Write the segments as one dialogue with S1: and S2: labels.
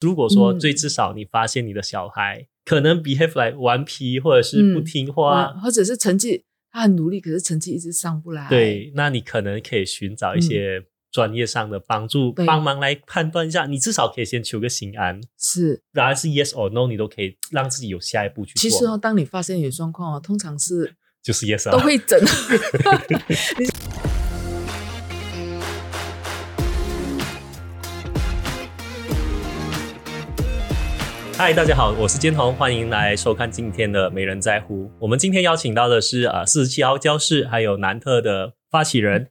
S1: 如果说
S2: 嗯
S1: 最至少你发现你的小孩可能 behave like 顽皮或者是不
S2: 嗯
S1: 听话，
S2: 或者是成绩他很努力，可是成绩一直上不来。
S1: 对，那你可能可以寻找一
S2: 嗯
S1: 些专业上的帮助，
S2: 对
S1: 帮忙来判断一下。你至少可以先求个心安，
S2: 是。
S1: 然而是 yes or no，你都可以让自己有下一步去做。
S2: 其实哦，当你发现有状况哦，通常是
S1: 就是 yes 啊，
S2: 都 会整。
S1: 嗨，大家好，我是坚彤，欢迎来收看今天的《没人在乎》。我们今天邀请到的是呃四十七号教室，还有南特的发起人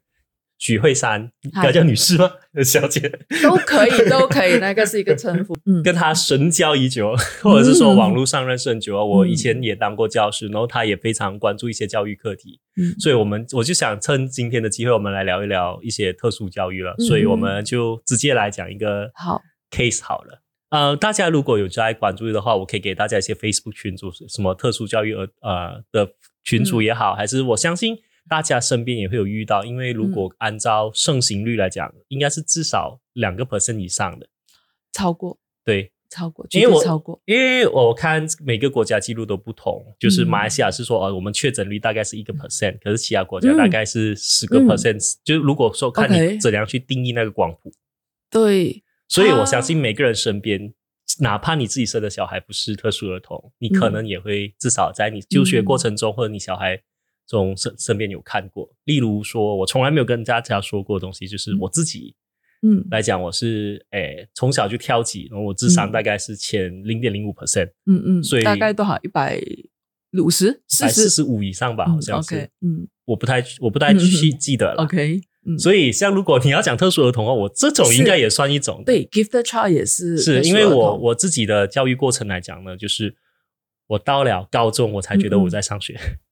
S1: 许慧珊，
S2: 嗨
S1: 要叫女士吗？ 小姐，
S2: 都可以，都可以，那个是一个 称呼。嗯，
S1: 跟她神交已久， 或者是说网络上认识很久啊。
S2: 嗯
S1: 我以前也当过教师，然后她也非常关注一些教育课题，
S2: 嗯
S1: 所以我们我就想趁今天的机会，我们来聊一聊一些特殊教育了。
S2: 嗯
S1: 所以我们就直接来讲一个
S2: 好
S1: case 好了。呃，大家如果有在关注的话，我可以给大家一些 Facebook 群组，什么特殊教育呃呃的群组
S2: 嗯
S1: 也好，还是我相信大家身边也会有遇到，因为如
S2: 嗯
S1: 果按照盛行率来讲，应该是至少两个 percent 以上的。
S2: 超过，
S1: 对，
S2: 超过，
S1: 因
S2: 绝
S1: 为
S2: 对
S1: 我
S2: 超过。
S1: 因为我看每个国家记录都不同，就是
S2: 嗯
S1: 马来西亚是说，呃，我们确诊率大概是一个 percent，可是其他国家大概是十个
S2: 嗯
S1: percent，、就是如果说看你
S2: OK
S1: 怎样去定义那个光谱。
S2: 对，
S1: 所以我相
S2: 啊
S1: 信每个人身边，哪怕你自己生的小孩不是特殊儿童，你
S2: 嗯
S1: 可能也会至少在你就学过程中，或者你小孩从身身边有看过。例如说，我从来没有跟大家说过的东西，就是我自己
S2: 嗯
S1: 来讲，我是诶从小就挑级，然后我智商大概是前零点零五 percent，
S2: 嗯嗯，
S1: 所以
S2: 大概多少？一百五十、
S1: 百
S2: 四
S1: 四
S2: 十
S1: 十五以上吧，好像是
S2: OK，。嗯
S1: 我不太我不太去记得了。
S2: ，OK，嗯，以
S1: 所以，像如果你要讲特殊儿童的话，我这种应该也算一种。
S2: 对，Give the child 也是特
S1: 是
S2: 殊
S1: 因为
S2: 儿
S1: 我
S2: 童
S1: 我自己的教育过程来讲呢，就是我到了高中，我才觉得
S2: 嗯嗯
S1: 我在上学。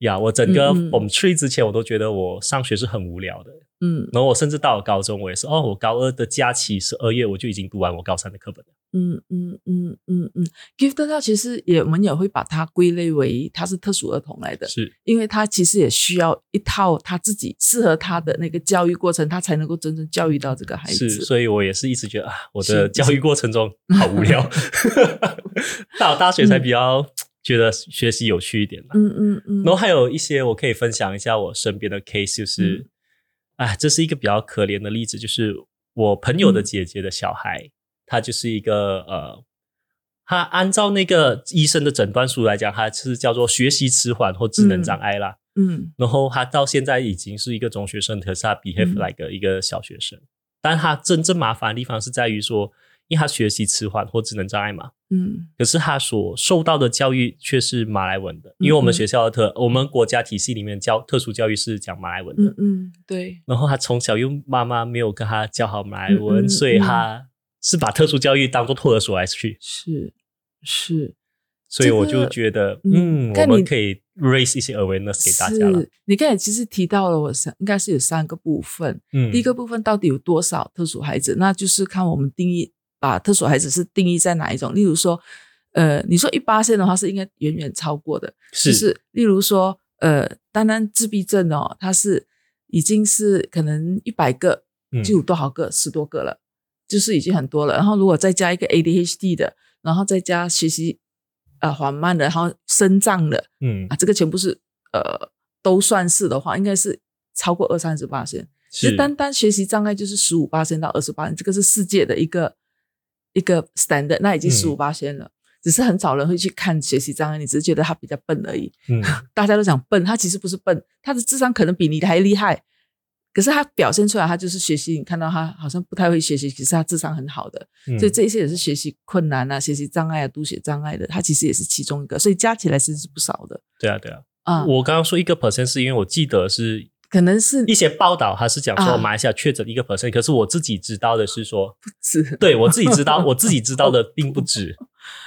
S1: 呀我整个
S2: 嗯嗯
S1: 我们去之前，我都觉得我上学是很无聊的。
S2: 嗯
S1: 然后我甚至到了高中，我也是哦，我高二的假期十二月我就已经读完我高三的课本了。
S2: 嗯嗯嗯嗯嗯，Give the child 其实也我们也会把它归类为他是特殊儿童来的，
S1: 是
S2: 因为他其实也需要一套他自己适合他的那个教育过程，他才能够真正教育到这个孩
S1: 是，
S2: 子。
S1: 所以我也是一直觉得啊，我
S2: 是
S1: 的
S2: 是
S1: 教育过程中好无 聊。到了大学才比较觉得学习有趣一点啦。
S2: 嗯嗯嗯，
S1: 然后还有一些我可以分享一下我身边的 case，就是，
S2: 嗯
S1: 哎、这是一个比较可怜的例子，就是我朋友的姐姐的小孩，他就是一个呃，他按照那个医生的诊断书来讲，他是叫做学习迟缓或智能障碍啦。
S2: 嗯
S1: 然后他到现在已经是一个中学生，可是他 behave
S2: 嗯
S1: like 一个小学生。但他真正麻烦的地方是在于说，因为他学习迟缓或智能障碍嘛，
S2: 嗯
S1: 可是他所受到的教育却是马来文的，因为我
S2: 嗯
S1: 们学校的特，我们国家体系里面教特殊教育是讲马来文的。
S2: 嗯嗯，对，
S1: 然后他从小又妈妈没有跟他教好马来文，
S2: 嗯嗯
S1: 所以他是把特殊教育当做托儿所来去。
S2: 是是。
S1: 所以我就
S2: 这个
S1: 觉得，嗯，
S2: 嗯
S1: 我
S2: 看
S1: 们
S2: 你
S1: 可以 raise 一些 awareness 给大家了。
S2: 是你刚才其实提到了，我想应该是有三个部分。
S1: 嗯，
S2: 第一个部分到底有多少特殊孩子？那就是看我们定义，把特殊孩子是定义在哪一种。例如说，呃，你说一八线的话是应该远远超过的，
S1: 是
S2: 就是例如说，呃，单单自闭症哦，它是已经是可能一百个
S1: 嗯
S2: 就有多少个，十多个了，就是已经很多了。然后如果再加一个 ADHD 的，然后再加学习呃缓慢的，然后生障的，
S1: 嗯
S2: 啊，这个全部是呃都算是的话，应该是超过二三十八线。其
S1: 是
S2: 实单单学习障碍就是十五八线到二十八线，这个是世界的一个一个 standard，那已经
S1: 嗯
S2: 十五八线了。只是很少人会去看学习障碍，你只是觉得他比较笨而已。
S1: 嗯
S2: 大家都讲笨，他其实不是笨，他的智商可能比你的还厉害，可是他表现出来，他就是学习。你看到他好像不太会学习，其实他智商很好的。
S1: 嗯
S2: 所以这一些也是学习困难啊、学习障碍啊、读写障碍的，它其实也是其中一个，所以加起来其实是不少的
S1: 对啊对啊。
S2: 啊。
S1: 我刚刚说一个 percent 是因为我记得是
S2: 可能是
S1: 一些报道，他是讲说
S2: 啊
S1: 马来西亚确诊一个 percent，可是我自己知道的是说
S2: 是
S1: 对我自己知道，我自己知道的并不 止。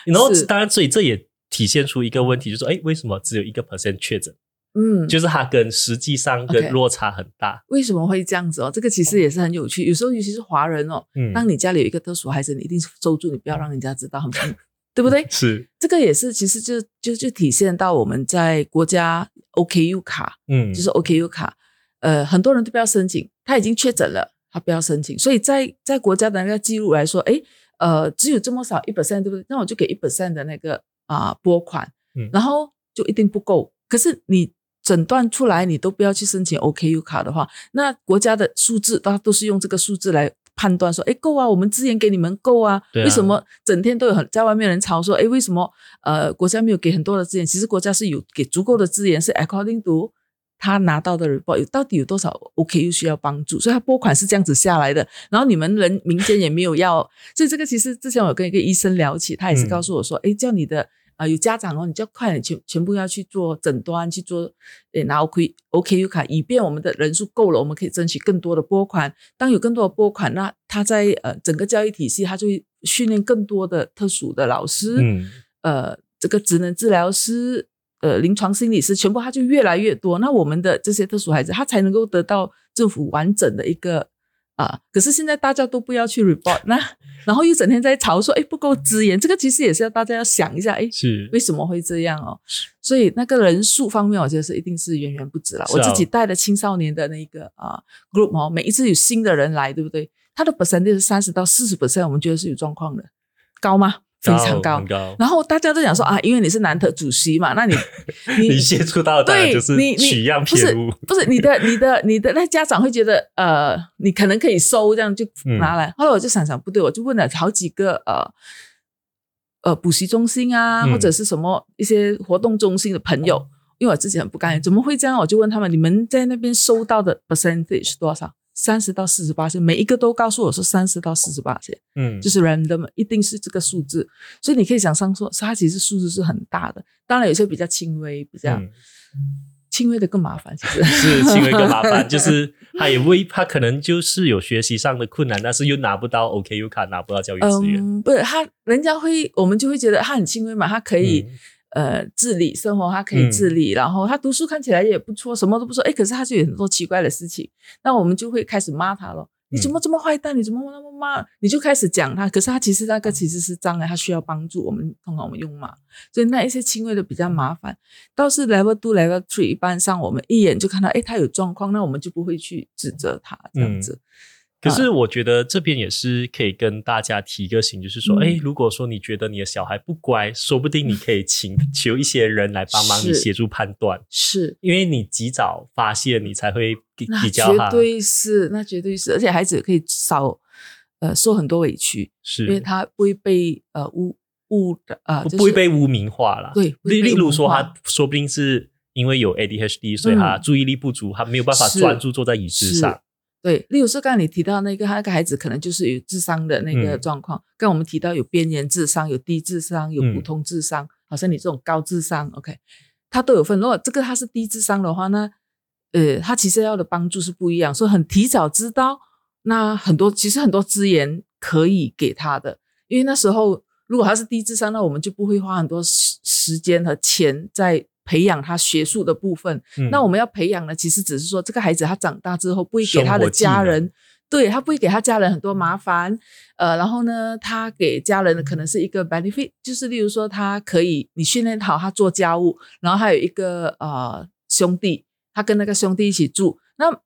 S1: 然后
S2: 是
S1: 当然，所以这也体现出一个问题，就是哎，为什么只有一个 percent 确诊？
S2: 嗯，
S1: 就是它跟实际上跟
S2: OK
S1: 落差很大。
S2: 为什么会这样子哦？这个其实也是很有趣。有时候尤其是华人哦，
S1: 嗯
S2: 当你家里有一个特殊孩子，你一定收住，你不要让人家知道，很 对不对？
S1: 是
S2: 这个也是，其实就就就体现到我们在国家 OKU 卡，
S1: 嗯，
S2: 就是 OKU 卡，呃，很多人都不要申请，他已经确诊了，他不要申请，所以在在国家的那个记录来说，诶，呃，只有这么少一 percent，对不对？那我就给一 percent 的那个啊、拨款
S1: 嗯，
S2: 然后就一定不够。可是你诊断出来，你都不要去申请 OKU 卡的话，那国家的数字，它都是用这个数字来判断说，哎，够啊，我们资源给你们够啊。
S1: 对啊
S2: 为什么整天都有很在外面人吵说，哎，为什么呃国家没有给很多的资源？其实国家是有给足够的资源，是 according to 他拿到的 report 有到底有多少 OKU 需要帮助，所以他拨款是这样子下来的。然后你们人民间也没有要，所以这个其实之前我跟一个医生聊起，他也是
S1: 嗯
S2: 告诉我说，哎、叫你的。啊、有家长哦，你就快点全全部要去做诊断，去做诶拿 OK OKU 卡，以便我们的人数够了，我们可以争取更多的拨款。当有更多的拨款，那他在呃整个教育体系，他就会训练更多的特殊的老师，
S1: 嗯，
S2: 呃，这个职能治疗师、呃，临床心理师，全部他就越来越多。那我们的这些特殊孩子，他才能够得到政府完整的一个啊、可是现在大家都不要去 report，那然后又整天在吵说，哎，不够资源。这个其实也是要大家要想一下，哎，
S1: 是
S2: 为什么会这样哦？所以那个人数方面，我觉得是一定是远远不止了。
S1: 是
S2: 我
S1: 啊
S2: 自己带的青少年的那个啊、group 哦，每一次有新的人来，对不对？他的 percentage 三十到四十 percent，我们觉得是有状况的，高吗？非常高
S1: 很。高。
S2: 然后大家都讲说啊，因为你是男特主席嘛， 那你
S1: 你接触到的当然
S2: 对
S1: 就是
S2: 你你
S1: 取样
S2: 不
S1: 撇
S2: 是
S1: 物，
S2: 不是你的你的你的那家长会觉得呃，你可能可以收这样就
S1: 嗯
S2: 拿来。后来我就想想不对，我就问了好几个呃呃补习中心啊，
S1: 嗯
S2: 或者是什么一些活动中心的朋友，因为我自己很不甘愿，怎么会这样？我就问他们，你们在那边收到的 percentage 是多少？三十到四十八每一个都告诉我是三十到四十八
S1: 嗯，
S2: 就是 random，一定是这个数字，所以你可以想象说，它其实数字是很大的。当然，有些比较轻微，比较、
S1: 嗯
S2: 轻微的更麻烦，其实
S1: 是轻微更麻烦，就是他也未他可能就是有学习上的困难，但是又拿不到 OKU 卡，拿不到教育资源。
S2: 嗯，不是他，人家会我们就会觉得他很轻微嘛，他可以、呃自理生活，他可以自理，然后他读书看起来也不错，什么都不说，哎，可是他就有很多奇怪的事情，那我们就会开始骂他咯，你怎么这么坏蛋？你怎么那么骂？你就开始讲他，可是他其实那个其实是障碍，他需要帮助。我们通常我们用骂，所以那一些轻微的比较麻烦。倒是 level two、level three 一般上，我们一眼就看到，哎，他有状况，那我们就不会去指责他这样子。
S1: 可是我觉得这边也是可以跟大家提个醒，就是说，
S2: 嗯
S1: 哎、如果说你觉得你的小孩不乖，说不定你可以请求一些人来帮忙你
S2: 是
S1: 协助判断，
S2: 是，
S1: 因为你及早发现，你才会比
S2: 那
S1: 比
S2: 绝
S1: 较好。
S2: 对是，那绝对是，而且孩子可以少呃受很多委屈，因为
S1: 是，
S2: 他不会被呃污污的呃，
S1: 不
S2: 就是
S1: 不会被污名化啦。
S2: 对不会
S1: 例
S2: 被
S1: 例
S2: 污
S1: 如
S2: 名
S1: 说，
S2: 化嗯
S1: 他说不定是因为有 ADHD，所以他注意力不足，他没有办法
S2: 是
S1: 专注坐在椅子
S2: 是
S1: 上。
S2: 对，例如说刚才你提到那个，他那个孩子可能就是有智商的那个
S1: 嗯
S2: 状况，跟我们提到有边缘智商、有低智商、有普
S1: 嗯
S2: 通智商，好像你这种高智商，OK，他都有份。如果这个他是低智商的话，那呃，他其实要的帮助是不一样，所以很提早知道，那很多其实很多资源可以给他的，因为那时候如果他是低智商，那我们就不会花很多时时间和钱在培养他学术的部分，
S1: 嗯
S2: 那我们要培养的，其实只是说这个孩子他长大之后不会给
S1: 生
S2: 他
S1: 活
S2: 的
S1: 技
S2: 家
S1: 能
S2: 人，对他不会给他家人很多麻烦，呃，然后呢，他给家人的可能是一个 benefit，就是例如说他可以你训练好他做家务，然后还有一个呃兄弟，他跟那个兄弟一起住，那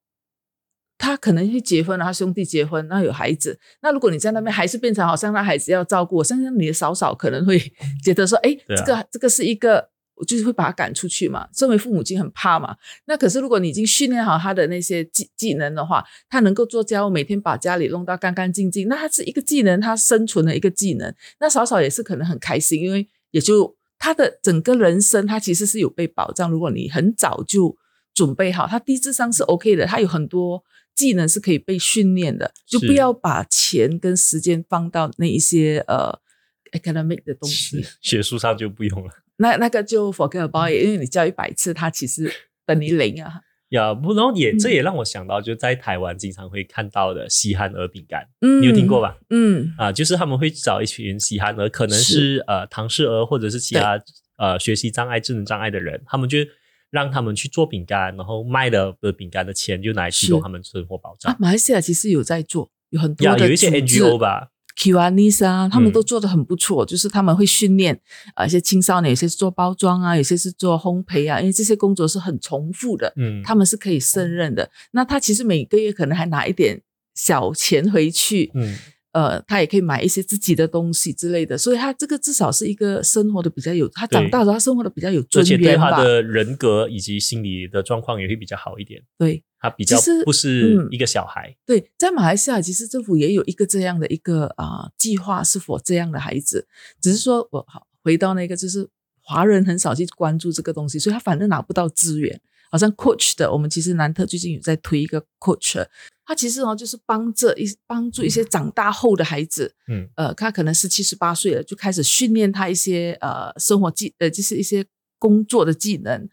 S2: 他可能会结婚了，他兄弟结婚，那有孩子，那如果你在那边还是变成好像那孩子要照顾，我相信你的嫂嫂可能会觉得说，哎、
S1: 对啊
S2: 这个这个是一个，我就是会把他赶出去嘛。身为父母亲很怕嘛。那可是如果你已经训练好他的那些技技能的话，他能够做家务，每天把家里弄到干干净净，那他是一个技能，他生存的一个技能。那嫂嫂也是可能很开心，因为也就他的整个人生，他其实是有被保障。如果你很早就准备好，他低智商是 OK 的，他有很多技能是可以被训练的，就是不要把钱跟时间放到那一些呃 academic 的东西。
S1: 学术上就不用了。
S2: 那那个就 forget about it，因为你叫一百次，它其实等于零啊。
S1: 呀，不，然后也
S2: 嗯
S1: 这也让我想到，就在台湾经常会看到的西汉鹅饼干，
S2: 嗯，
S1: 你有听过？吧？
S2: 嗯，
S1: 啊，就是他们会找一群西汉鹅，可能是呃唐氏鹅或者是其他呃学习障碍、智能障碍的人，他们就让他们去做饼干，然后卖了的饼干的钱就拿来提供
S2: 是
S1: 他们生活保
S2: 啊
S1: 障，。
S2: 马来西亚其实有在做，有很多
S1: 呀，
S2: 的
S1: 有一些 NGO 吧，
S2: k i w a n i s 啊，他
S1: 嗯
S2: 们都做的很不错，就是他们会训练啊一些青少年，有些是做包装啊，有些是做烘焙啊，因为这些工作是很重复的，
S1: 嗯，
S2: 他们是可以胜任的。那他其实每个月可能还拿一点小钱回去，
S1: 嗯
S2: 呃，他也可以买一些自己的东西之类的，所以他这个至少是一个生活的比较有，他长大了他生活的比较有
S1: 而
S2: 尊
S1: 且对
S2: 严
S1: 他
S2: 吧。
S1: 的人格以及心理的状况也会比较好一点。
S2: 对
S1: 他比较
S2: 其实
S1: 不是
S2: 嗯
S1: 一个小孩，
S2: 对，在马来西亚其实政府也有一个这样的一个啊、计划，是否这样的孩子，只是说我好回到那个就是华人很少去关注这个东西，所以他反正拿不到资源。好像 coach 的，我们其实南特最近有在推一个 coach，他其实哦就是帮着一帮助一些长大后的孩子，
S1: 嗯，
S2: 呃，他可能十七十八岁了，就开始训练他一些呃生活技呃，就是一些工作的技能。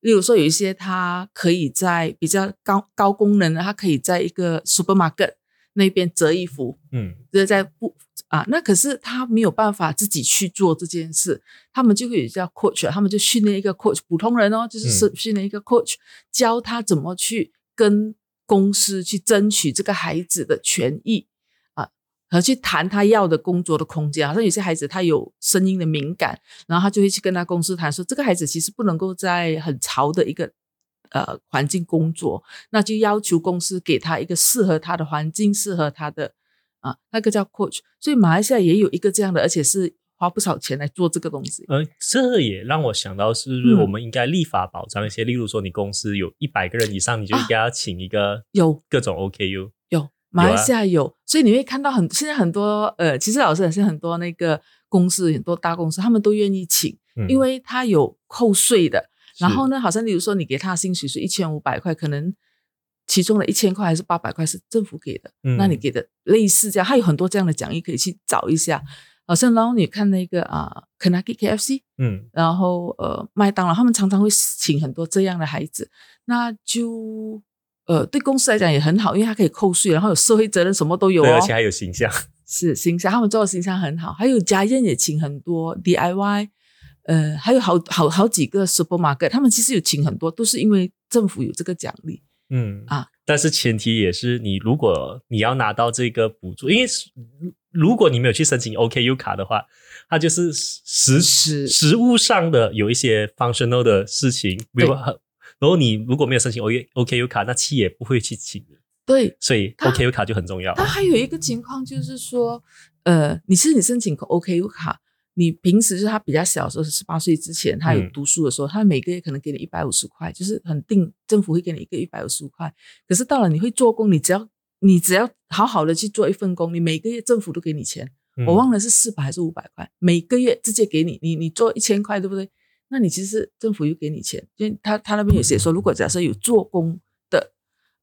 S2: 例如说，有一些他可以在比较高高功能的，他可以在一个 supermarket 那边折衣服，
S1: 嗯，
S2: 就是在不啊，那可是他没有办法自己去做这件事，他们就会有叫 coach，他们啊就训练一个 coach，普通人哦，就是是训练一个 coach，、教他怎么去跟公司去争取这个孩子的权益啊，和去谈他要的工作的空间。好像有些孩子他有声音的敏感，然后他就会去跟他公司谈说，这个孩子其实不能够在很潮的一个。呃，环境工作，那就要求公司给他一个适合他的环境，适合他的啊，那个叫 coach。所以马来西亚也有一个这样的，而且是花不少钱来做这个东西。
S1: 呃，这也让我想到，是不是
S2: 嗯
S1: 我们应该立法保障一些？例如说，你公司有一百个人以上，你就应该要请一个
S2: 啊有
S1: 各种 OKU，
S2: 有，啊马来西亚有，所以你会看到很现在很多呃，其实老师也是很多那个公司，很多大公司他们都愿意请，
S1: 嗯
S2: 因为他有扣税的。然后
S1: 呢，
S2: 呢，好像例如说你给他薪水是一千五百块，可能其中的一千块还是八百块是政府给的，
S1: 嗯
S2: 那你给的类似这样，他有很多这样的讲义可以去找一下。好像然后你看那个啊，Kentucky KFC，
S1: 嗯
S2: 然后呃，麦当劳他们常常会请很多这样的孩子，那就呃对公司来讲也很好，因为他可以扣税，然后有社会责任，什么都有
S1: 对，
S2: 哦
S1: 而。且还有形象，
S2: 是形象，他们做的形象很好，还有家宴也请很多 DIY，呃，还有好好好几个 supermarket，他们其实有请很多，都是因为政府有这个奖励。
S1: 嗯
S2: 啊，
S1: 但是前提也是你如果你要拿到这个补助，因为是如果你没有去申请 OKU 卡的话，它就是实
S2: 是
S1: 实物上的有一些 functional 的事情，比如
S2: 对
S1: 然后你如果没有申请 O OKU 卡，那企业不会去请你，
S2: 对，
S1: 所以
S2: 它
S1: OKU 卡就很重要。
S2: 它还有一个情况就是说，呃，你是你申请 OKU 卡，你平时就是他比较小的时候，十八岁之前，他有
S1: 嗯
S2: 读书的时候，他每个月可能给你一百五十块，就是很定政府会给你一个一百五十块。可是到了你会做工，你只要你只要好好的去做一份工，你每个月政府都给你钱，我忘
S1: 了，
S2: 了是四百还是五百块，每个月直接给你，你你做一千块，对不对？那你其实政府又给你钱，因为他他那边有写说，如果假设有做工的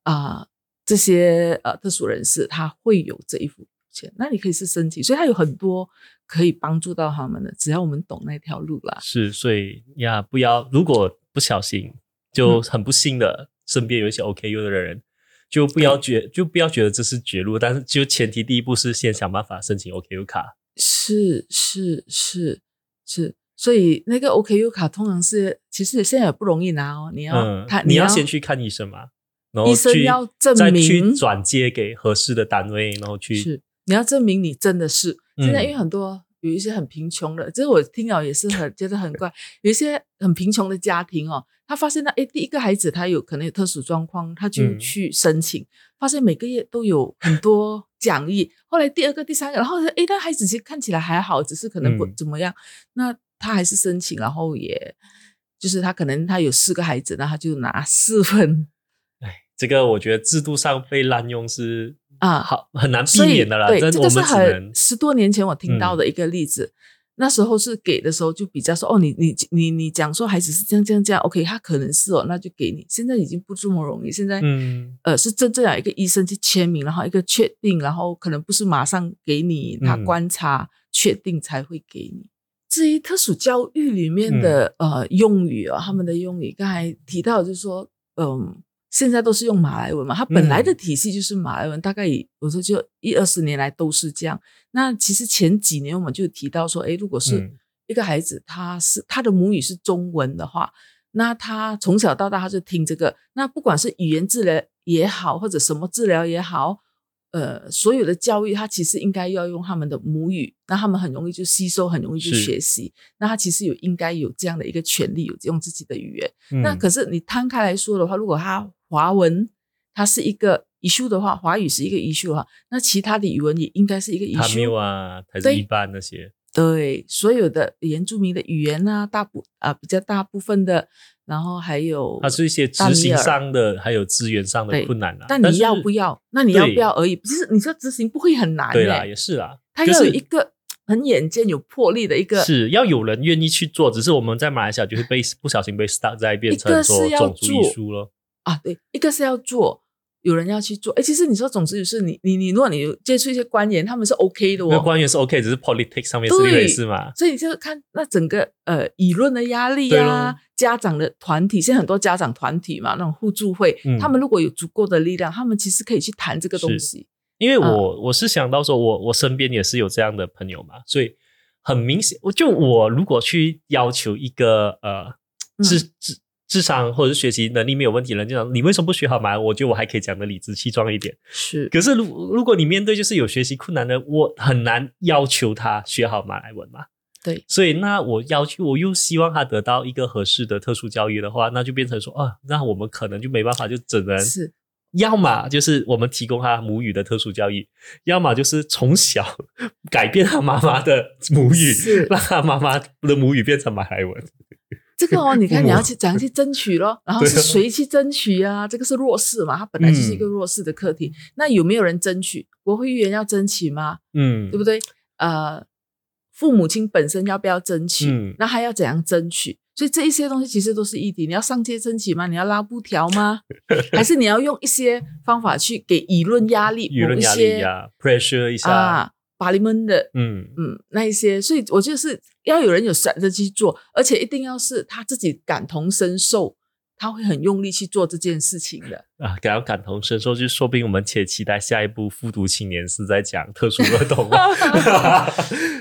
S2: 啊、这些呃特殊人士，他会有这一幅钱，那你可以是申请，所以他有很多可以帮助到他们的，只要我们懂那条路啦。
S1: 是，所以呀，不要如果不小心就
S2: 嗯
S1: 很不幸的，身边有一些 OKU 的人。就不要觉就不要觉得这是绝路，但是就前提第一步是先想办法申请 OKU 卡，
S2: 是是是是，所以那个 OKU 卡通常是其实现在也不容易拿哦，你要、
S1: 嗯，
S2: 他
S1: 你
S2: 要
S1: 先去看医生嘛，然后
S2: 医生
S1: 去
S2: 要证
S1: 再去
S2: 明
S1: 转接给合适的单位，然后去
S2: 是你要证明你真的是。现在
S1: 嗯
S2: 因为很多有一些很贫穷的，这我听了也是很觉得很怪，有一些很贫穷的家庭哦，他发现到诶，第一个孩子他有可能有特殊状况，他就
S1: 嗯
S2: 去申请，发现每个月都有很多奖励。后来第二个、第三个，然后诶，那孩子其实看起来还好，只是可能不
S1: 嗯
S2: 怎么样，那他还是申请，然后也就是他可能他有四个孩子，那他就拿四分
S1: 这个，我觉得制度上被滥用是
S2: 啊，
S1: 好很难避
S2: 所以
S1: 免的啦。
S2: 对，
S1: 但
S2: 这
S1: 我
S2: 个是
S1: 们只能嗯
S2: 很十多年前我听到的一个例子。那时候是给的时候就比较说哦，你你你你讲说孩子是这样这样这样，OK，他可能是哦，那就给你。现在已经不这么容易，现在、
S1: 嗯
S2: 呃是真正要一个医生去签名，然后一个确定，然后可能不是马上给你，他
S1: 嗯
S2: 观察、确定才会给你。至于特殊教育里面的、
S1: 嗯
S2: 呃用语啊，他们的用语，刚才提到就是说，嗯，现在都是用马来文嘛，它本来
S1: 嗯
S2: 的体系就是马来文，大概以我说就一二十年来都是这样。那其实前几年我们就提到说，诶，如果是
S1: 嗯
S2: 一个孩子，他是他的母语是中文的话，那他从小到大他就听这个，那不管是语言治疗也好，或者什么治疗也好，呃，所有的教育他其实应该要用他们的母语，那他们很容易就吸收，很容易就是学习。那他其实有应该有这样的一个权利，有用自己的语言。那
S1: 嗯
S2: 可是你摊开来说的话，如果他华文，它是一个 issue 的话，华语是一个 issue 哈，那其他的语文也应该是一个
S1: 他没有
S2: issue。
S1: 啊，还是
S2: 对
S1: 一般那些，
S2: 对，所有的原住民的语言啊，大部啊、比较大部分的，然后还有，
S1: 它是一些执行上的，还有资源上的
S2: 对
S1: 困难啦。
S2: 但你
S1: 是
S2: 要不？要？那你要不
S1: 对
S2: 要而已。其实你说执行不会很难、欸，
S1: 对啦，也是啦，
S2: 他
S1: 就
S2: 要有
S1: 是
S2: 一个很眼见、有魄力的一个，
S1: 是要有人愿意去做，只是我们在马来西亚就会被不小心被 stuck 在变成
S2: 一个
S1: 说
S2: 是要
S1: 种族
S2: 做
S1: 遗书咯。
S2: 啊，对，一个是要做，有人要去做。哎，其实你说，总之就是你你你，如果你有接触一些官员，他们是 OK 的
S1: 那
S2: 哦。
S1: 官员是 OK，只是 politics 上面是
S2: 对
S1: 另一回事嘛。
S2: 所以你就看那整个呃舆论的压力
S1: 对
S2: 呀、
S1: 咯
S2: 家长的团体，现在很多家长团体嘛，那种互助会，
S1: 嗯
S2: 他们如果有足够的力量，他们其实可以去谈这个东
S1: 是
S2: 西。
S1: 因为我、
S2: 嗯
S1: 我是想到说我，我身边也是有这样的朋友嘛，所以很明显，我就我如果去要求一个呃
S2: 嗯
S1: 智智智商或者是学习能力没有问题的人，就讲你为什么不学好嘛？我觉得我还可以讲的理直气壮一点。
S2: 是
S1: 可是如如果你面对就是有学习困难的，我很难要求他学好马来文嘛。
S2: 对，
S1: 所以那我要求我又希望他得到一个合适的特殊教育的话，那就变成说啊，那我们可能就没办法，就只能
S2: 是
S1: 要么就是我们提供他母语的特殊教育，要么就是从小 改变他妈妈的母语
S2: 是，
S1: 让他妈妈的母语变成马来文。
S2: 这个哦，你看
S1: 父母
S2: 你要去怎样去争取咯，然后
S1: 对啊
S2: 是谁去争取啊？这个是弱势嘛，它本来就是一
S1: 嗯
S2: 个弱势的课题。那有没有人争取？国会议员要争取吗？
S1: 嗯
S2: 对，不对？呃，父母亲本身要不要争取？
S1: 嗯
S2: 那还要怎样争取？所以这一些东西其实都是议题。你要上街争取吗？你要拉布条吗？还是你要用一些方法去给舆论压力？
S1: 舆论压力呀、p r e s s u r e 一
S2: 某一些
S1: 下，
S2: 啊，巴黎们的
S1: 嗯，
S2: 嗯那一些，所以我就是要有人有 s t 去做，而且一定要是他自己感同身受，他会很用力去做这件事情的。
S1: 啊，感到感同身受，就是说不定我们且期待下一部《复读青年》是在讲特殊儿童啊。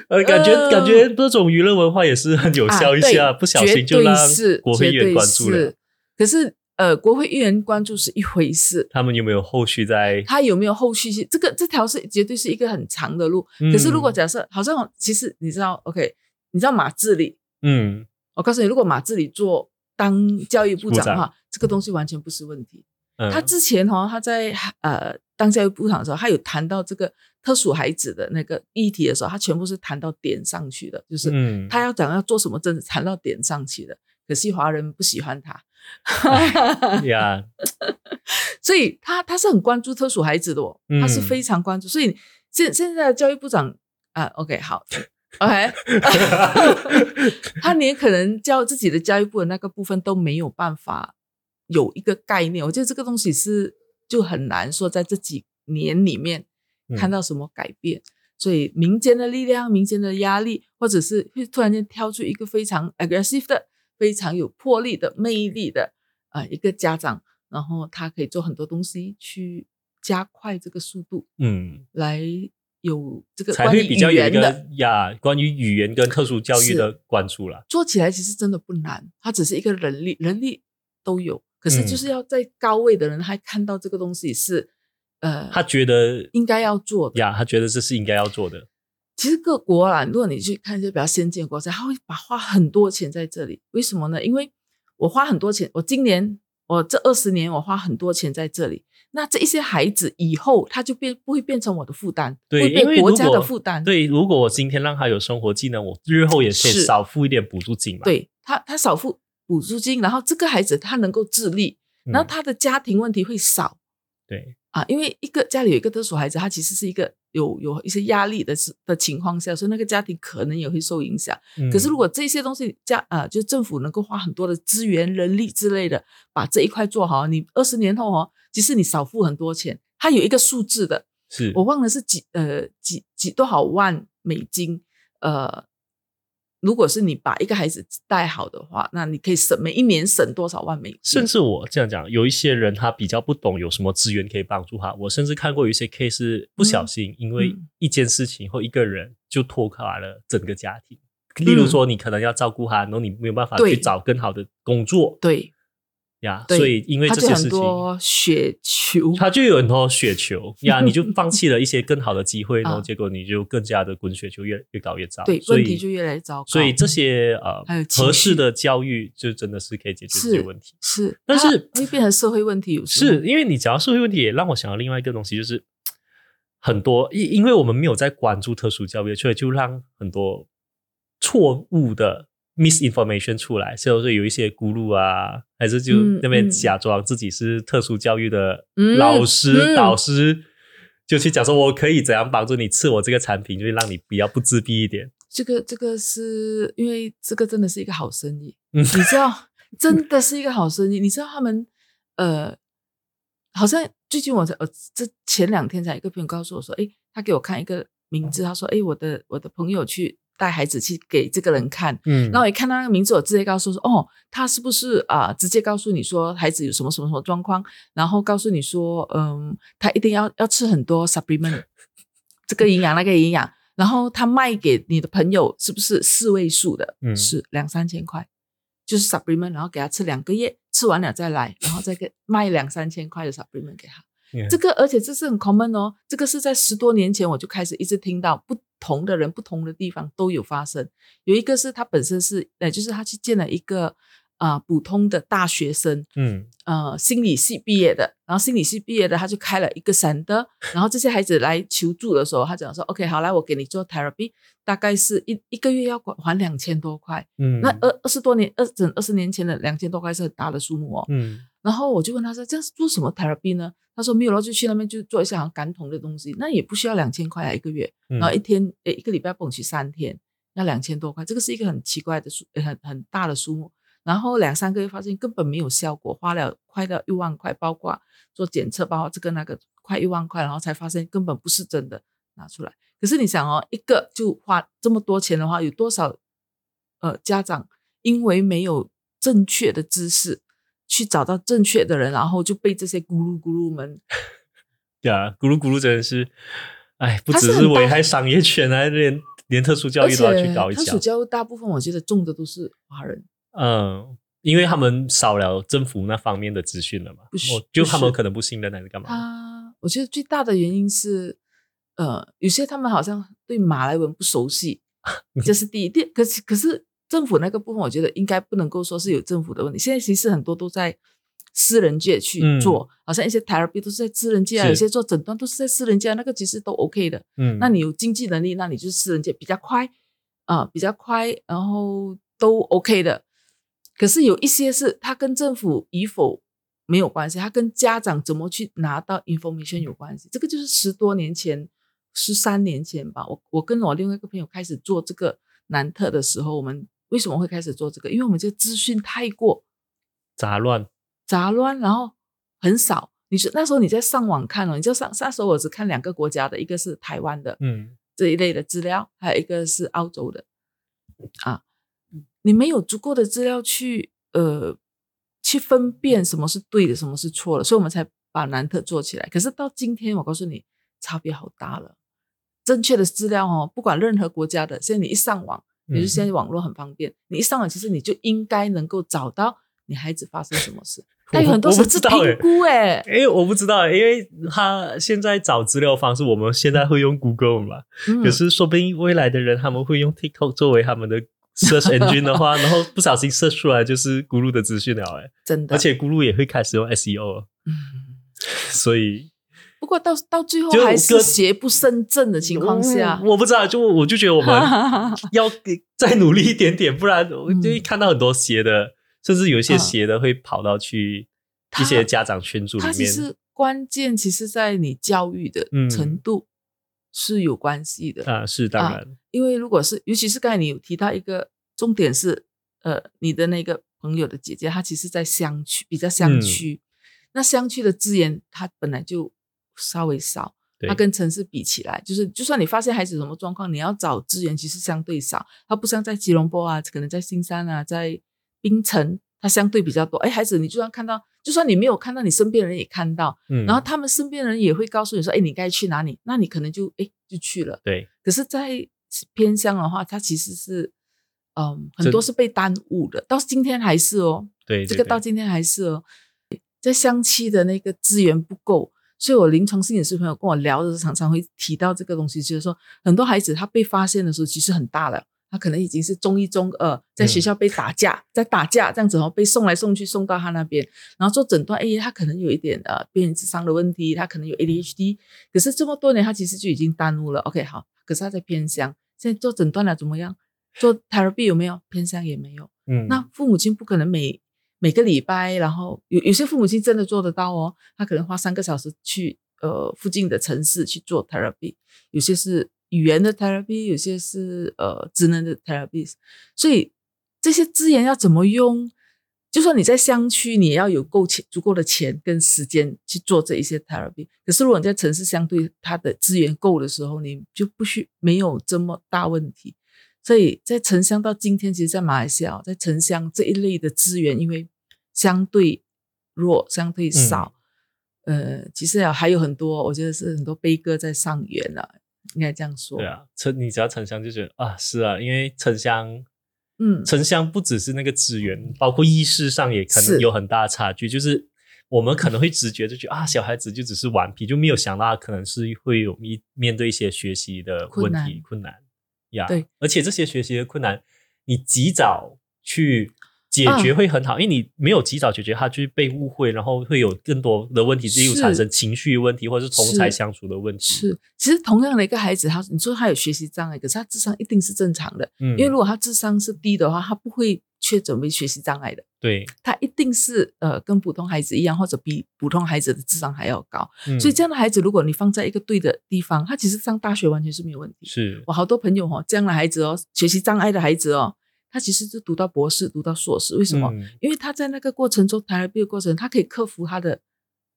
S1: 呃，感觉、
S2: 呃
S1: 感觉这种娱乐文化也是很有效一下，
S2: 啊、对
S1: 不小心就
S2: 绝对
S1: 让
S2: 是
S1: 国会议员关注。
S2: 绝对
S1: 了
S2: 是。可是呃，国会议员关注是一回事，
S1: 他们有没有后续在？
S2: 他有没有后续性？这个这条是绝对是一个很长的路。
S1: 嗯
S2: 可是如果假设，好像其实你知道，OK，你知道马自立，
S1: 嗯，
S2: 我告诉你，如果马自立做当教育部长的
S1: 部
S2: 话，这个东西完全不是问题。
S1: 嗯
S2: 他之前哈、哦，他在呃当教育部长的时候，他有谈到这个特殊孩子的那个议题的时候，他全部是谈到点上去的，就是
S1: 嗯，
S2: 他要讲要做什么，真的谈到点上去的。可惜华人不喜欢他，
S1: 呀，
S2: 所以他他是很关注特殊孩子的哦，
S1: 嗯
S2: 他是非常关注。所以现现在的教育部长啊，OK 好 ，OK，他连可能教自己的教育部的那个部分都没有办法有一个概念。我觉得这个东西是就很难说在这几年里面
S1: 嗯
S2: 看到什么改变。所以民间的力量、民间的压力，或者是会突然间挑出一个非常 aggressive 的、非常有魄力的、魅力的啊、呃一个家长，然后他可以做很多东西去加快这个速度，
S1: 嗯，
S2: 来有这个
S1: 才
S2: 关于
S1: 会比较
S2: 语
S1: 有一
S2: 言的
S1: 个呀，关于语言跟特殊教育
S2: 是
S1: 的关注啦。
S2: 做起来其实真的不难，它只是一个人力，人力都有，可是
S1: 嗯
S2: 就是要在高位的人还看到这个东西是，呃，
S1: 他觉得
S2: 应该要做的。
S1: 呀，他觉得这是应该要做的。
S2: 其实各国啊，如果你去看一些比较先进的国家，他会把花很多钱在这里。为什么呢？因为我花很多钱，我今年我这二十年我花很多钱在这里，那这一些孩子以后他就变不会变成我的负担，不
S1: 对，
S2: 会
S1: 因为
S2: 变国
S1: 如
S2: 家
S1: 果
S2: 的负担。
S1: 对，如果我今天让他有生活技能，我日后也可以
S2: 是
S1: 少付一点补助金嘛。
S2: 对他他少付补助金，然后这个孩子他能够自立，
S1: 嗯，
S2: 然后他的家庭问题会少。
S1: 对，
S2: 啊，因为一个家里有一个特殊孩子，他其实是一个有有一些压力的时的情况下，所以那个家庭可能也会受影响。
S1: 嗯
S2: 可是如果这些东西家啊、就政府能够花很多的资源、人力之类的，把这一块做好，你二十年后哦，其实你少付很多钱。它有一个数字的，
S1: 是
S2: 我忘了是几呃几几多少万美金，呃，如果是你把一个孩子带好的话，那你可以省每一年省多少万美金？
S1: 甚至我这样讲，有一些人他比较不懂有什么资源可以帮助他。我甚至看过有一些 case 是不小心因为
S2: 嗯
S1: 一件事情或一个人就拖垮了整个家庭。例如说，你可能要照顾他，然后你没有办法
S2: 嗯对
S1: 去找更好的工作，
S2: 对
S1: 呀，
S2: 对
S1: 所以因为
S2: 他
S1: 这
S2: 就
S1: 些
S2: 很
S1: 事情，
S2: 多雪球，
S1: 他就有很多雪球呀，你就放弃了一些更好的机 会，然后
S2: 啊
S1: 结果你就更加的滚雪球越越搞越糟，
S2: 对
S1: 所以
S2: 问题就越来越糟糕。
S1: 所以这些呃
S2: 还有情绪
S1: 合适的教育就真的是可以解决这些
S2: 是
S1: 问题。
S2: 是，
S1: 但是
S2: 它会变成社会问题，有时候
S1: 是因为你讲到社会问题，也让我想到另外一个东西，就是很多因因为我们没有在关注特殊教育，所以就让很多错误的 misinformation 出来，所以说有一些咕噜啊，还是就
S2: 嗯
S1: 那边
S2: 嗯
S1: 假装自己是特殊教育的
S2: 嗯
S1: 老师、
S2: 嗯
S1: 导师。就去讲说，我可以怎样帮助你吃我这个产品，就是让你比较不自闭一点。
S2: 这个这个是因为这个真的是一个好生意，
S1: 嗯
S2: 你知道，真的是一个好生意。你知道他们呃，好像最近我才呃，这前两天才有一个朋友告诉我说，诶，他给我看一个名字，他说，诶，我的我的朋友去带孩子去给这个人看。
S1: 嗯
S2: 然后一看到那个名字，我直接告诉说，哦，他是不是啊、直接告诉你说孩子有什么什么什么状况，然后告诉你说，嗯，他一定要要吃 很多 supplement，这个营养那个营养，然后他卖给你的朋友是不是四位数的？
S1: 嗯
S2: 是两三千块，就是 supplement，然后给他吃两个月，吃完了再来，然后再给卖两三千块的 supplement 给他。这个，而且这是很 common 哦，这个是在十多年前我就开始一直听到，不同的人、不同的地方都有发生。有一个是他本身是，呃，就是他去见了一个啊、呃普通的大学生，
S1: 嗯
S2: 呃心理系毕业的，然后心理系毕业的他就开了一个 center，然后这些孩子来求助的时候，他讲说 OK 好来我给你做 therapy，大概是一一个月要还还两千多块，
S1: 嗯，
S2: 那呃二二十多年二整二十年前的两千多块是很大的数目哦，
S1: 嗯
S2: 然后我就问他说：“这样是做什么 therapy 呢？”他说：“没有了，就去那边就做一下好像感统的东西，那也不需要两千块啊一个月，
S1: 嗯
S2: 然后一天诶一个礼拜蹦去三天，要两千多块，这个是一个很奇怪的数，呃很很大的数目。然后两三个月发现根本没有效果，花了快到一万块，包括做检测，包括这个那个，快一万块，然后才发现根本不是真的拿出来。可是你想哦，一个就花这么多钱的话，有多少呃家长因为没有正确的知识，去找到正确的人，然后就被这些咕噜咕噜们，
S1: 呀，啊咕噜咕噜真的是，哎，不
S2: 它
S1: 只
S2: 是
S1: 是
S2: 很大
S1: 危害商业圈啊，连连特殊教
S2: 而
S1: 育
S2: 且
S1: 都要去搞一
S2: 他
S1: 下
S2: 暑。教大部分我觉得中的都是华人，
S1: 嗯，因为他们少了政府那方面的资讯了嘛，
S2: 不是
S1: 我就
S2: 不是
S1: 他
S2: 啊
S1: 们可能不信任还是干嘛？
S2: 他我觉得最大的原因是，呃，有些他们好像对马来文不 熟悉，这是第一。第可是可是政府那个部分，我觉得应该不能够说是有政府的问题。现在其实很多都在私人界去
S1: 嗯
S2: 做，好像一些 therapy 都是在私人界啊，有
S1: 是
S2: 些做诊断都是在私人界啊，那个其实都 OK 的。
S1: 嗯，
S2: 那你有经济能力，那你就是私人界比较快啊、比较快，然后都 OK 的。可是有一些是它跟政府与否没有关系，它跟家长怎么去拿到 information 有关系。这个就是十多年前，十三年前吧，我我跟我另外一个朋友开始做这个南特的时候，我们为什么会开始做这个？因为我们这资讯太过
S1: 杂乱，
S2: 杂乱，然后很少。你说那时候你在上网看了、哦，你就上那时候我只看两个国家的，一个是台湾的，
S1: 嗯
S2: 这一类的资料，还有一个是澳洲的啊。你没有足够的资料去呃去分辨什么是对的，什么是错的，所以我们才把南特做起来。可是到今天，我告诉你，差别好大了。正确的资料哦，不管任何国家的，现在你一上网，
S1: 嗯
S2: 也就是现在网络很方便，你一上网，其实你就应该能够找到你孩子发生什么事。但哎有很 多
S1: 我我
S2: 时
S1: 不
S2: 候
S1: 知
S2: 是
S1: 道
S2: 评估哎、
S1: 哎，我不知道，因为他现在找资料方式，我们现在会用 Google 嘛，
S2: 嗯
S1: 可是说不定未来的人他们会用 TikTok 作为他们的 search engine 的 话，然后不小心 search 出来就是咕噜的资讯了，哎，
S2: 真的，
S1: 而且咕噜也会开始用 E SEO，了
S2: 嗯
S1: 所以
S2: 不过到到最后
S1: 就
S2: 还
S1: 各
S2: 是邪不胜正的情况下，
S1: 我我不知道，就我就觉得我 们要给再努力一点点，不然我就会
S2: 嗯
S1: 看到很多邪的，甚至有一些邪的会跑到去一些家长群组里
S2: 它其
S1: 面
S2: 实关键，其实在你教育的
S1: 嗯
S2: 程度是有关系的。
S1: 啊，是当然，
S2: 因为如果是，尤其是刚才你有提到一个重点是，呃，你的那个朋友的姐姐，她其实在乡区，比较乡
S1: 嗯
S2: 区，那乡区的资源它本来就稍微少。
S1: 对
S2: 它跟城市比起来，就是就算你发现孩子有什么状况，你要找资源其实相对少。它不像在吉隆坡啊，可能在新山啊，在槟城，它相对比较多。哎，孩子，你就算看到，就算你没有看到，你身边人也看到，
S1: 嗯，
S2: 然后他们身边人也会告诉你说，哎，你该去哪里？那你可能就哎就去了。
S1: 对，
S2: 可是，在偏乡的话，它其实是嗯，很多是被耽误的，到今天还是哦，
S1: 对，
S2: 这
S1: 对
S2: 个到
S1: 对
S2: 今天还是哦，在相亲的那个资源不够，所以我临床心理师朋友跟我聊的时候，常常会提到这个东西，就是说很多孩子他被发现的时候其实很大了。他可能已经是中一、中二，在
S1: 嗯
S2: 学校被打架，在打架这样子哦，被送来送去，送到他那边，然后做诊断，哎，他可能有一点呃边缘智商的问题，他可能有 ADHD，可是这么多年他其实就已经耽误了。OK，好，可是他在偏乡，现在做诊断了怎么样？做 therapy 有没有？偏乡也没有。
S1: 嗯，
S2: 那父母亲不可能每每个礼拜，然后有有些父母亲真的做得到哦，他可能花三个小时去呃附近的城市去做 therapy，有些是语言的 therapy，有些是呃职能的 therapy，所以这些资源要怎么用？就算你在乡区，你也要有够钱、足够的钱跟时间去做这一些 therapy。可是如果你在城市相对它的资源够的时候，你就不需没有这么大问题。所以在城乡到今天，其实，在马来西亚，哦在城乡这一类的资源，因为相对弱、相
S1: 嗯
S2: 对少，呃，其实啊还有很多，我觉得是很多悲歌在上演了、应该这样说。
S1: 对啊，城你只要城乡就觉得啊，是啊，因为城乡
S2: 嗯，
S1: 城乡不只是那个资源，包括意识上也可能
S2: 是
S1: 有很大的差距。就是我们可能会直觉就觉得啊，小孩子就只是顽皮，就没有想到他可能是会有面面对一些学习的问
S2: 困难
S1: 题困难呀。
S2: 对，
S1: 而且这些学习的困难，你及早去。解决
S2: 啊
S1: 会很好，因为你没有及早解决，他就是被误会，然后会有更多的问题，例如
S2: 是
S1: 产生情绪问题，或者是同
S2: 是
S1: 才相处的问题。，
S2: 是。其实同样的一个孩子，他你说他有学习障碍，可是他智商一定是正常的，
S1: 嗯，
S2: 因为如果他智商是低的话，他不会确诊为学习障碍的，
S1: 对，
S2: 他一定是呃跟普通孩子一样，或者比普通孩子的智商还要高。
S1: 嗯
S2: 所以这样的孩子，如果你放在一个对的地方，他其实上大学完全是没有问题。
S1: 是
S2: 我好多朋友哦，这样的孩子哦，学习障碍的孩子哦，他其实是读到博士、读到硕士，为什么？
S1: 嗯
S2: 因为他在那个过程中 therapy 的过程，他可以克服他的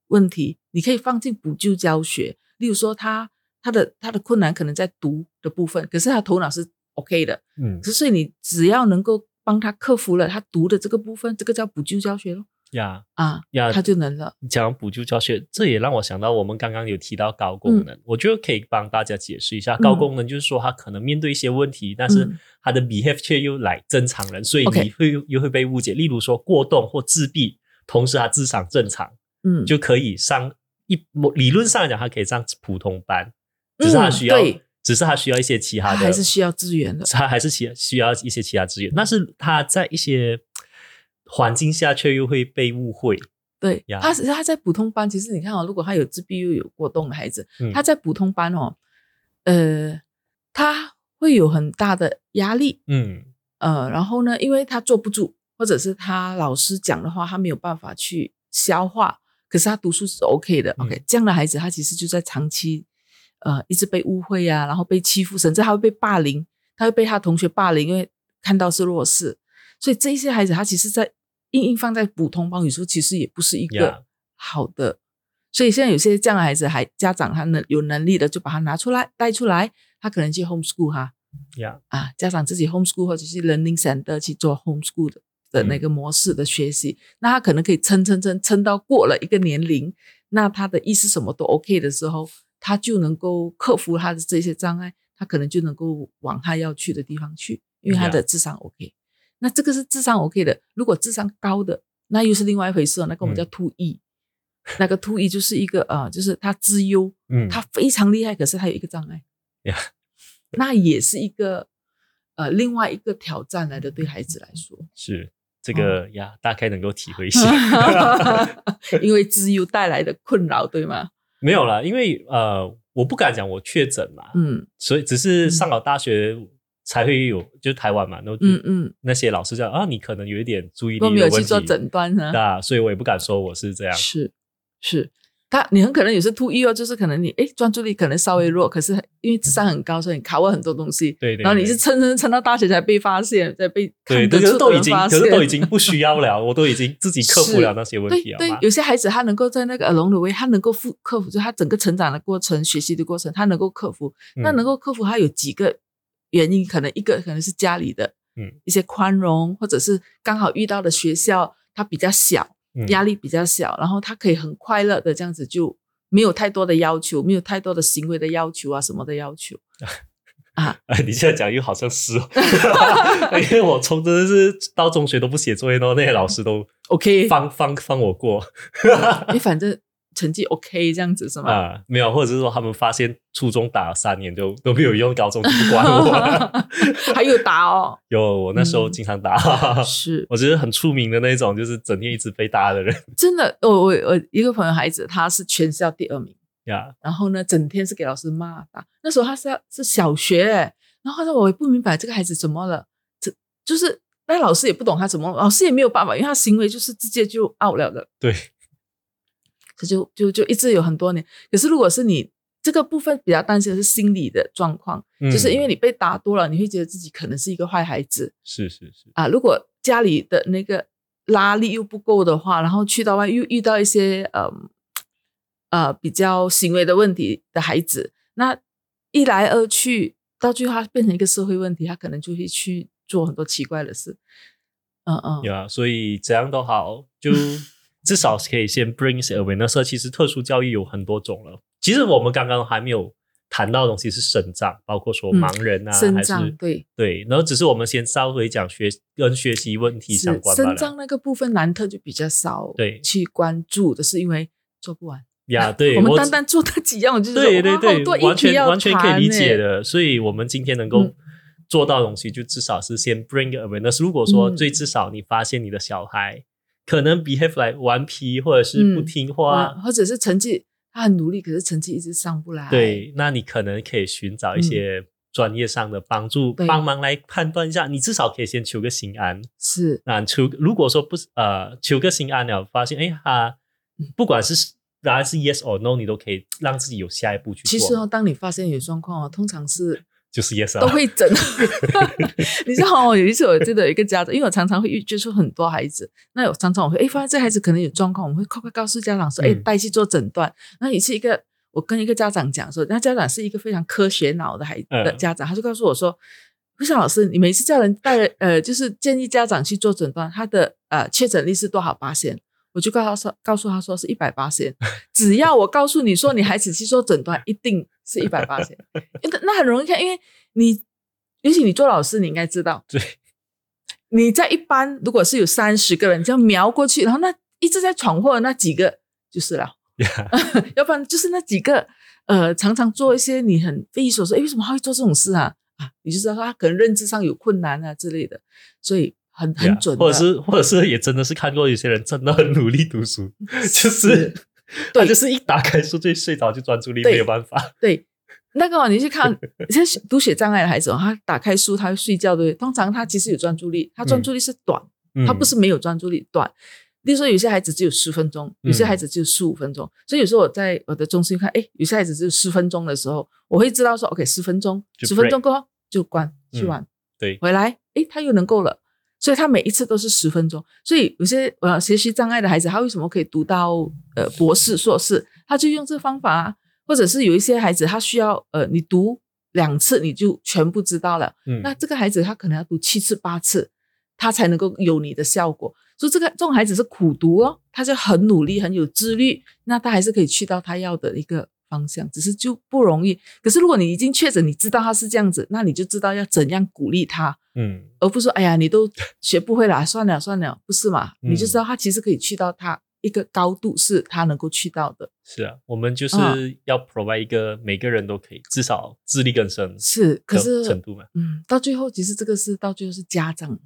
S2: 问题，你可以放进补救教学，例如说他他的他的困难可能在读的部分，可是他头脑是 OK 的，
S1: 嗯
S2: 可是所以你只要能够帮他克服了他读的这个部分，这个叫补救教学咯
S1: 呀
S2: 啊，
S1: 呀，
S2: 他就能了。
S1: 你讲补救教学，这也让我想到我们刚刚有提到高功能，我觉得可以帮大家解释一下。
S2: 嗯
S1: 高功能就是说他可能面对一些问题，但是
S2: 嗯
S1: 他的 behave 却又来正常人，所以
S2: OK
S1: 你会又会被误解。例如说过动或自闭，同时他智商正常，
S2: 嗯，
S1: 就可以上一某理论上来讲，他可以上普通班，只是他需要，
S2: 嗯对
S1: 只是他需要一些其他
S2: 他
S1: 的，
S2: 还是需要资源的。
S1: 他还是需需要一些其他资源，但是他在一些环境下却又会被误会。
S2: 对
S1: 呀，
S2: 他是他在普通班，其实你看哦，如果他有自闭又有过动的孩子，
S1: 嗯
S2: 他在普通班哦，呃，他会有很大的压力，
S1: 嗯
S2: 呃，然后呢，因为他坐不住，或者是他老师讲的话，他没有办法去消化，可是他读书是 OK 的、
S1: 嗯
S2: o k 这样的孩子，他其实就在长期呃一直被误会啊，然后被欺负，甚至还会被霸凌，他会被他同学霸凌，因为看到是弱势，所以这一些孩子，他其实在硬硬放在普通班，有时候其实也不是一
S1: 呀
S2: 个好的。所以现在有些这样的孩子还家长他能有能力的就把他拿出来带出来，他可能去 homeschool 哈，
S1: 呀，
S2: 啊，家长自己 homeschool 或者是 learning center 去做 homeschool 的的那个模式的学习，那他可能可以撑撑撑撑到过了一个年龄，那他的意识什么都 OK 的时候，他就能够克服他的这些障碍，他可能就能够往他要去的地方去，因为他
S1: Yeah
S2: 的智商 OK。那这个是智商 OK 的，如果智商高的，那又是另外一回事了。那个我们叫
S1: 嗯
S2: 突异，那个突异就是一个呃，就是他资优，
S1: 嗯，
S2: 他非常厉害，可是他有一个障碍
S1: Yeah.
S2: 那也是一个呃另外一个挑战来的，对孩子来说，
S1: 是
S2: 嗯
S1: 这个呀，大概能够体 会一下。
S2: 因为自由带来的困扰，对吗？
S1: 没有啦，因为呃，我不敢讲我确诊嘛，
S2: 嗯
S1: 所以只是上了大学才会有，就是台湾嘛，然后就
S2: 嗯嗯，
S1: 那些老师讲啊，你可能有一点注意
S2: 都
S1: 力
S2: 没
S1: 的
S2: 有
S1: 问
S2: 去
S1: 题，
S2: 做诊断呢，
S1: 那所以我也不敢说我是这样。
S2: 是是。他你很可能也是突遇哦，就是可能你哎专注力可能稍微弱，可是因为智商很高，所以你 cover 很多东西。
S1: 对对
S2: 然后你
S1: 对
S2: 是撑撑撑到大学才被发现，才被
S1: 对，
S2: 看
S1: 可
S2: 得
S1: 是
S2: 出
S1: 都
S2: 的
S1: 已
S2: 人
S1: 经，
S2: 发
S1: 可
S2: 现。
S1: 是都已经不需要了，我都已经自己克服了那些问
S2: 对
S1: 题了
S2: 对
S1: 嘛，。
S2: 有些孩子他能够在那个 along the way，他能够复克服，就他整个成长的过程、学习的过程，他能够克服。那
S1: 嗯
S2: 能够克服，他有几个原因，可能一个可能是家里的，
S1: 嗯，
S2: 一些宽容，或者是刚好遇到的学校，它比较小，
S1: 嗯
S2: 压力比较小，然后他可以很快乐的这样子就。没有太多的要求，没有太多的行为的要求啊，什么的要求，啊，
S1: 哎，你现在讲又好像是哦， 因为我从真的是到中学都不写作业的，那些老师都
S2: OK
S1: 放放放我过
S2: 你反正成绩 OK 这样子是吗？
S1: 啊，没有，或者是说他们发现初中打了三年就都没有用，高中就不管我。
S2: 还有 答哦，
S1: 有，我那时候经常打，
S2: 是
S1: 我觉得很出名的那种，就是整天一直被打的人
S2: 真的。我我我一个朋友孩子，他是全校第二名，
S1: 呀。
S2: 然后呢，整天是给老师骂打。那时候他是要是小学、欸，然后呢，我也不明白这个孩子怎么了，这就是那老师也不懂他怎么，老师也没有办法，因为他行为就是直接就 out 了的，
S1: 对，
S2: 他就就就一直有很多年。可是如果是你这个部分比较担心的是心理的状况，
S1: 嗯
S2: 就是因为你被打多了，你会觉得自己可能是一个坏孩子，
S1: 是是是，
S2: 啊，如果家里的那个拉力又不够的话，然后去到外又遇到一些嗯呃比较行为的问题的孩子，那一来二去，到最后他变成一个社会问题，他可能就会去做很多奇怪的事。嗯嗯，
S1: 呀、所以怎样都好，就 至少可以先 bring s awareness。其实特殊教育有很多种了，其实我们刚刚还没有谈到的东西是生长，包括说
S2: 嗯
S1: 盲人啊，
S2: 生
S1: 还是
S2: 长对
S1: 对，然后只是我们先稍微讲学跟学习问题
S2: 是
S1: 相关罢
S2: 生
S1: 了
S2: 长那个部分，男特就比较少
S1: 对
S2: 去关注的，是因为做不完。
S1: 呀对，
S2: 我们
S1: 我
S2: 单单做那几样，我就觉得
S1: 对对
S2: 哇
S1: 对
S2: 好多，议
S1: 完
S2: 题
S1: 全
S2: 要
S1: 完全可以
S2: 谈
S1: 理
S2: 呢
S1: 解。的。所以我们今天能够
S2: 嗯
S1: 做到的东西，就至少是先 bring awareness。如果说
S2: 嗯
S1: 最至少你发现你的小孩可能 behave 来顽皮或者是不
S2: 嗯
S1: 听话，
S2: 或者是成绩他很努力，可是成绩一直上不来。嗯
S1: 对，那你可能可以寻找一些专业上的帮助，
S2: 对
S1: 帮忙来判断一下。你至少可以先求个心安。
S2: 是
S1: 那求如果说不是呃求个心安了，发现哎哈，
S2: 嗯
S1: 不管是答案是 yes or no，你都可以让自己有下一步去做。
S2: 其实哦，当你发现有状况哦，通常是
S1: 就是 yes 啊，
S2: 都会整。 你知道哦，有一次我记得有一个家长，因为我常常会遇接触很多孩子，那我常常我会哎发现这孩子可能有状况，我们会快快告诉家长说，哎
S1: 嗯
S2: 带去做诊断。那也是一个。我跟一个家长讲说，那家长是一个非常科学脑的孩子
S1: 嗯
S2: 的家长，他就告诉我说，魏翔老师，你每次叫人带呃，就是建议家长去做诊断，他的呃确诊率是多少八线？我就告诉他说，告诉他说是一百八线。只要我告诉你说你孩子去做诊断，一定是一百八线。因为那很容易看，因为你尤其你做老师，你应该知道，
S1: 对，
S2: 你在一般如果是有三十个人，你这样瞄过去，然后那一直在闯祸的那几个就是了。
S1: 呀
S2: 要不然就是那几个呃，常常做一些你很匪夷所哎思，诶，为什么他会做这种事啊？啊，你就知道他可能认知上有困难啊之类的，所以很很
S1: Yeah，
S2: 准啊的
S1: 或者是或者是也真的是看过有些人真的很努力读 书，就是他
S2: 对
S1: 就是一打开书就睡着，就专注力
S2: 对
S1: 没有办法。
S2: 对。那个、哦、你去看， 现在读写障碍的孩子、哦，他打开书，他会睡觉，对不对？通常他其实有专注力，他专注力是短，
S1: 嗯
S2: 他不是没有专注力，短。例如说，有些孩子只有十分钟，有些
S1: 嗯
S2: 孩子只有十五分钟，所以有时候我在我的中心看，哎，有些孩子只有十分钟的时候，我会知道说，OK，十分钟，
S1: 就
S2: 十分
S1: break
S2: 钟过后就关去
S1: 嗯
S2: 玩，
S1: 对
S2: 回来，哎，他又能够了。所以他每一次都是十分钟。所以有些呃学习障碍的孩子，他为什么可以读到呃博士、硕士？他就用这方法啊，或者是有一些孩子他需要呃你读两次你就全部知道了。
S1: 嗯
S2: 那这个孩子他可能要读七次八次，他才能够有你的效果。所以这个这种孩子是苦读哦，他就很努力、很有自律，那他还是可以去到他要的一个方向，只是就不容易。可是如果你已经确诊，你知道他是这样子，那你就知道要怎样鼓励他，
S1: 嗯
S2: 而不是说哎呀你都学不会啦，算了算了，不是嘛？
S1: 嗯
S2: 你就知道他其实可以去到他一个高度，是他能够去到的。
S1: 是啊，我们就是
S2: 啊
S1: 要 provide 一个每个人都可以至少自力更生
S2: 是，可
S1: 的
S2: 是
S1: 程度嘛。
S2: 嗯，到最后其实这个是到最后是家长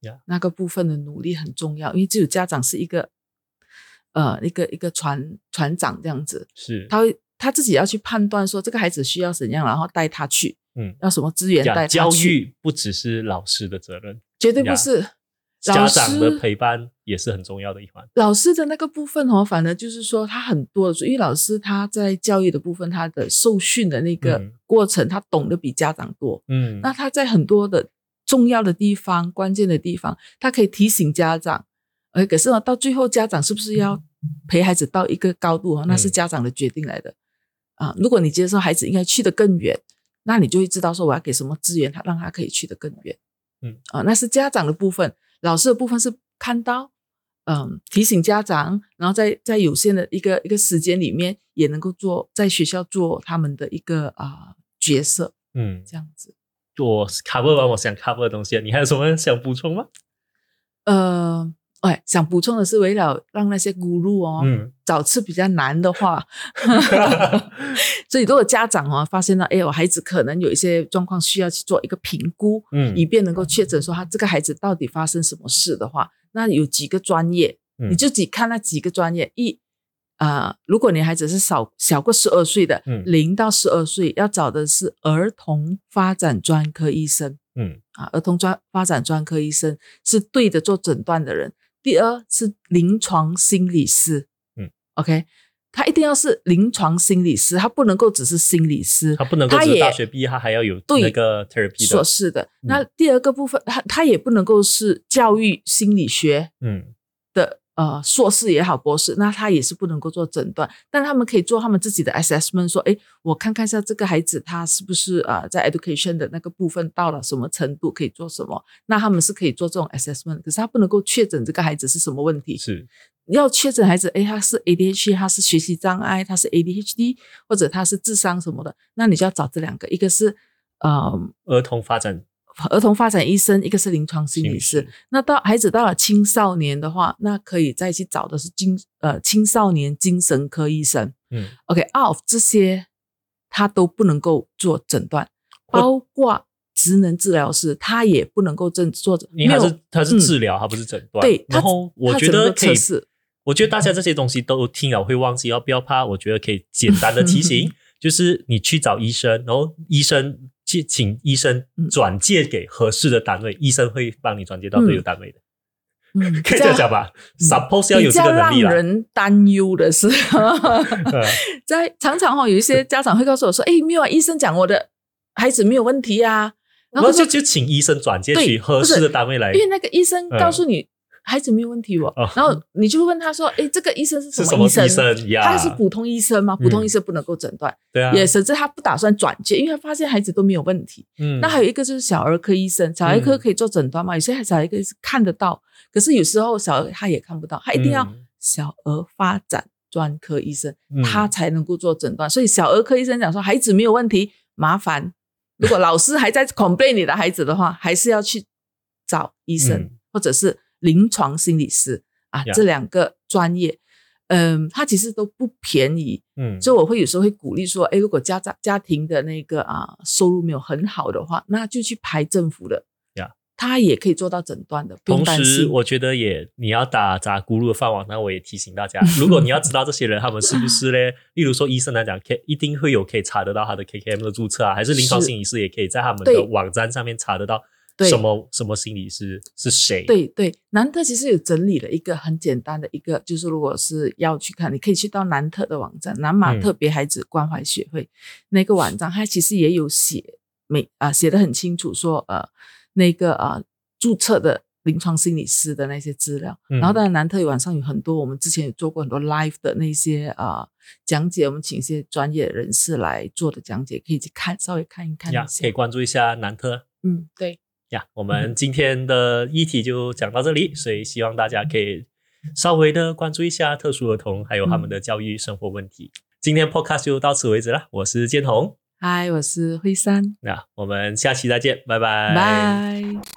S1: Yeah
S2: 那个部分的努力很重要，因为只有家长是一个呃一个一个船船长这样子，
S1: 是
S2: 他会他自己要去判断说这个孩子需要怎样，然后带他去，
S1: 嗯
S2: 要什么资源
S1: 呀
S2: 带他
S1: 教
S2: 去，
S1: 育不只是老师的责任，
S2: 绝对不
S1: Yeah
S2: 是。
S1: 家
S2: 老
S1: 长的
S2: 师
S1: 陪伴也是很重要的一环。
S2: 老师的那个部分哦，反而就是说他很多，因为老师他在教育的部分，他的受训的那个
S1: 嗯
S2: 过程，他懂得比家长多。
S1: 嗯，
S2: 那他在很多的重要的地方、关键的地方，他可以提醒家长。呃，可是呢，到最后家长是不是要陪孩子到一个高度啊？那是
S1: 嗯
S2: 家长的决定来的、啊。如果你接受孩子应该去得更远，那你就会知道说我要给什么资源，他让他可以去得更远。
S1: 嗯，
S2: 啊，那是家长的部分，老师的部分是看到，嗯，提醒家长，然后在在有限的一个一个时间里面，也能够做在学校做他们的一个啊、角色。
S1: 嗯，
S2: 这样子。
S1: 我 cover 完我想 cover 的东西，你还有什么想补充吗？
S2: 呃，哎，想补充的是，为了让那些咕噜哦，
S1: 嗯，
S2: 找次比较难的 话，所以如果家长哦发现了，哎，我孩子可能有一些状况需要去做一个评估，
S1: 嗯
S2: 以便能够确诊说他这个孩子到底发生什么事的话，那有几个专业，
S1: 嗯
S2: 你就只看那几个专业。一，呃，如果你孩子是少小过十二岁的
S1: 嗯，
S2: 零、到十二岁，要找的是儿童发展专科医生
S1: 嗯
S2: 啊，儿童专发展专科医生是对的做诊断的人。第二是临床心理师，
S1: 嗯
S2: ，OK，他一定要是临床心理师，他不能够只是心理师，
S1: 他不能够
S2: 他
S1: 只是
S2: 也
S1: 大学毕业，他还要有
S2: 对
S1: 那个 therapy
S2: 所
S1: 的，嗯
S2: 是的。那第二个部分，他他也不能够是教育心理学
S1: 嗯
S2: 的呃硕士也好，博士，那他也是不能够做诊断，但他们可以做他们自己的 assessment，说，诶，我看看一下这个孩子他是不是呃在 education 的那个部分到了什么程度，可以做什么，那他们是可以做这种 assessment，可是他不能够确诊这个孩子是什么问题，
S1: 是
S2: 要确诊孩子，诶，他是 ADHD，他是学习障碍，他是 ADHD，或者他是智商什么的，那你就要找这两个，一个是呃
S1: 儿童发展
S2: 儿童发展医生，一个是临床心理师。，那到孩子到了青少年的话，那可以再去找的是精呃青少年精神科医生。
S1: 嗯，
S2: OK，out、of 这些他都不能够做诊断，
S1: 我
S2: 包括职能治疗师，他也不能够诊做诊。
S1: 因为他
S2: 没有嗯
S1: 是他是治疗，他不是诊断。
S2: 对他
S1: 然后我
S2: 他
S1: 觉
S2: 只能
S1: 得
S2: 够
S1: 可以
S2: 测试，
S1: 我觉得大家这些东西都听了会忘记，要不要怕？我觉得可以简单的提 醒，就是你去找医生，然后医生去请医生
S2: 嗯
S1: 转介给合适的单位，医生会帮你转介到对的单位的，
S2: 嗯，
S1: 可以这样讲吧？Suppose 要有
S2: 比
S1: 这
S2: 较
S1: 个能
S2: 让
S1: 力啦。
S2: 人担忧 的是，
S1: 呃
S2: 在常常哦，有一些家长会告诉我说：“哎，没有啊，医生讲我的孩子没有问题啊。”
S1: 然
S2: 然
S1: 后
S2: 后
S1: 就就
S2: 就
S1: 请医生转介
S2: 对
S1: 去合
S2: 不是
S1: 适的单位来
S2: 因，为那个医生告诉你、孩子没有问题哦，
S1: 哦
S2: 然后你就会问他说：“哎，这个医生是
S1: 是
S2: 什
S1: 什
S2: 么
S1: 么
S2: 医生？
S1: 医生呀？嗯
S2: 他是普通医生吗？普通医生不能够诊断，
S1: 对啊，
S2: 也甚至他不打算转介，因为他发现孩子都没有问题。
S1: 嗯，
S2: 那还有一个就是小儿科医生，小儿科可以做诊断嘛？有些小儿科是看得到，可是有时候小儿他也看不到，他一定要
S1: 嗯
S2: 小儿发展专科医生，
S1: 嗯
S2: 他才能够做诊断。所以小儿科医生讲说孩子没有问题，麻烦如果老师还在 complain 你的孩子的话，还是要去找医生、
S1: 嗯
S2: 或者是临床心理师啊
S1: Yeah
S2: 这两个专业，嗯，它其实都不便宜。
S1: 嗯，
S2: 所以我会有时候会鼓励说，哎，如果家长家庭的那个啊收入没有很好的话，那就去排政府的
S1: 呀
S2: 他也可以做到诊断的，不用
S1: 同
S2: 担
S1: 时，
S2: 心。
S1: 我觉得也你要打砸咕噜的饭碗，那我也提醒大家，如果你要知道这些人他们是不是嘞，例如说医生来讲，K 一定会有可以查得到他的 KKM 的注册啊，还是临床
S2: 是
S1: 心理师也可以在他们
S2: 对
S1: 的网站上面查得到
S2: 对
S1: 什么什么心理师是谁。，
S2: 对对，南特其实有整理了一个很简单的一个，就是如果是要去看，你可以去到南特的网站，南马
S1: 嗯
S2: 特别孩子关怀协会、那个网站，它其实也有写每啊、写的很清楚说呃那个啊、注册的临床心理师的那些资料。
S1: 嗯
S2: 然后当然南特有晚上有很多我们之前有做过很多 live 的那些啊、讲解，我们请一些专业人士来做的讲解，可以去看稍微看一看
S1: 呀
S2: 一，下
S1: 可以。关注一下南特
S2: 嗯，对，
S1: 呀。我
S2: 嗯
S1: 们今天的议题就讲到这里，所以希望大家可以稍微的关注一下特殊儿童还有
S2: 嗯
S1: 他们的教育生活问题。今天 podcast 就到此为止了，我是建宏，
S2: 嗨，我是辉山，
S1: 那我们下期再见，拜拜，
S2: 拜。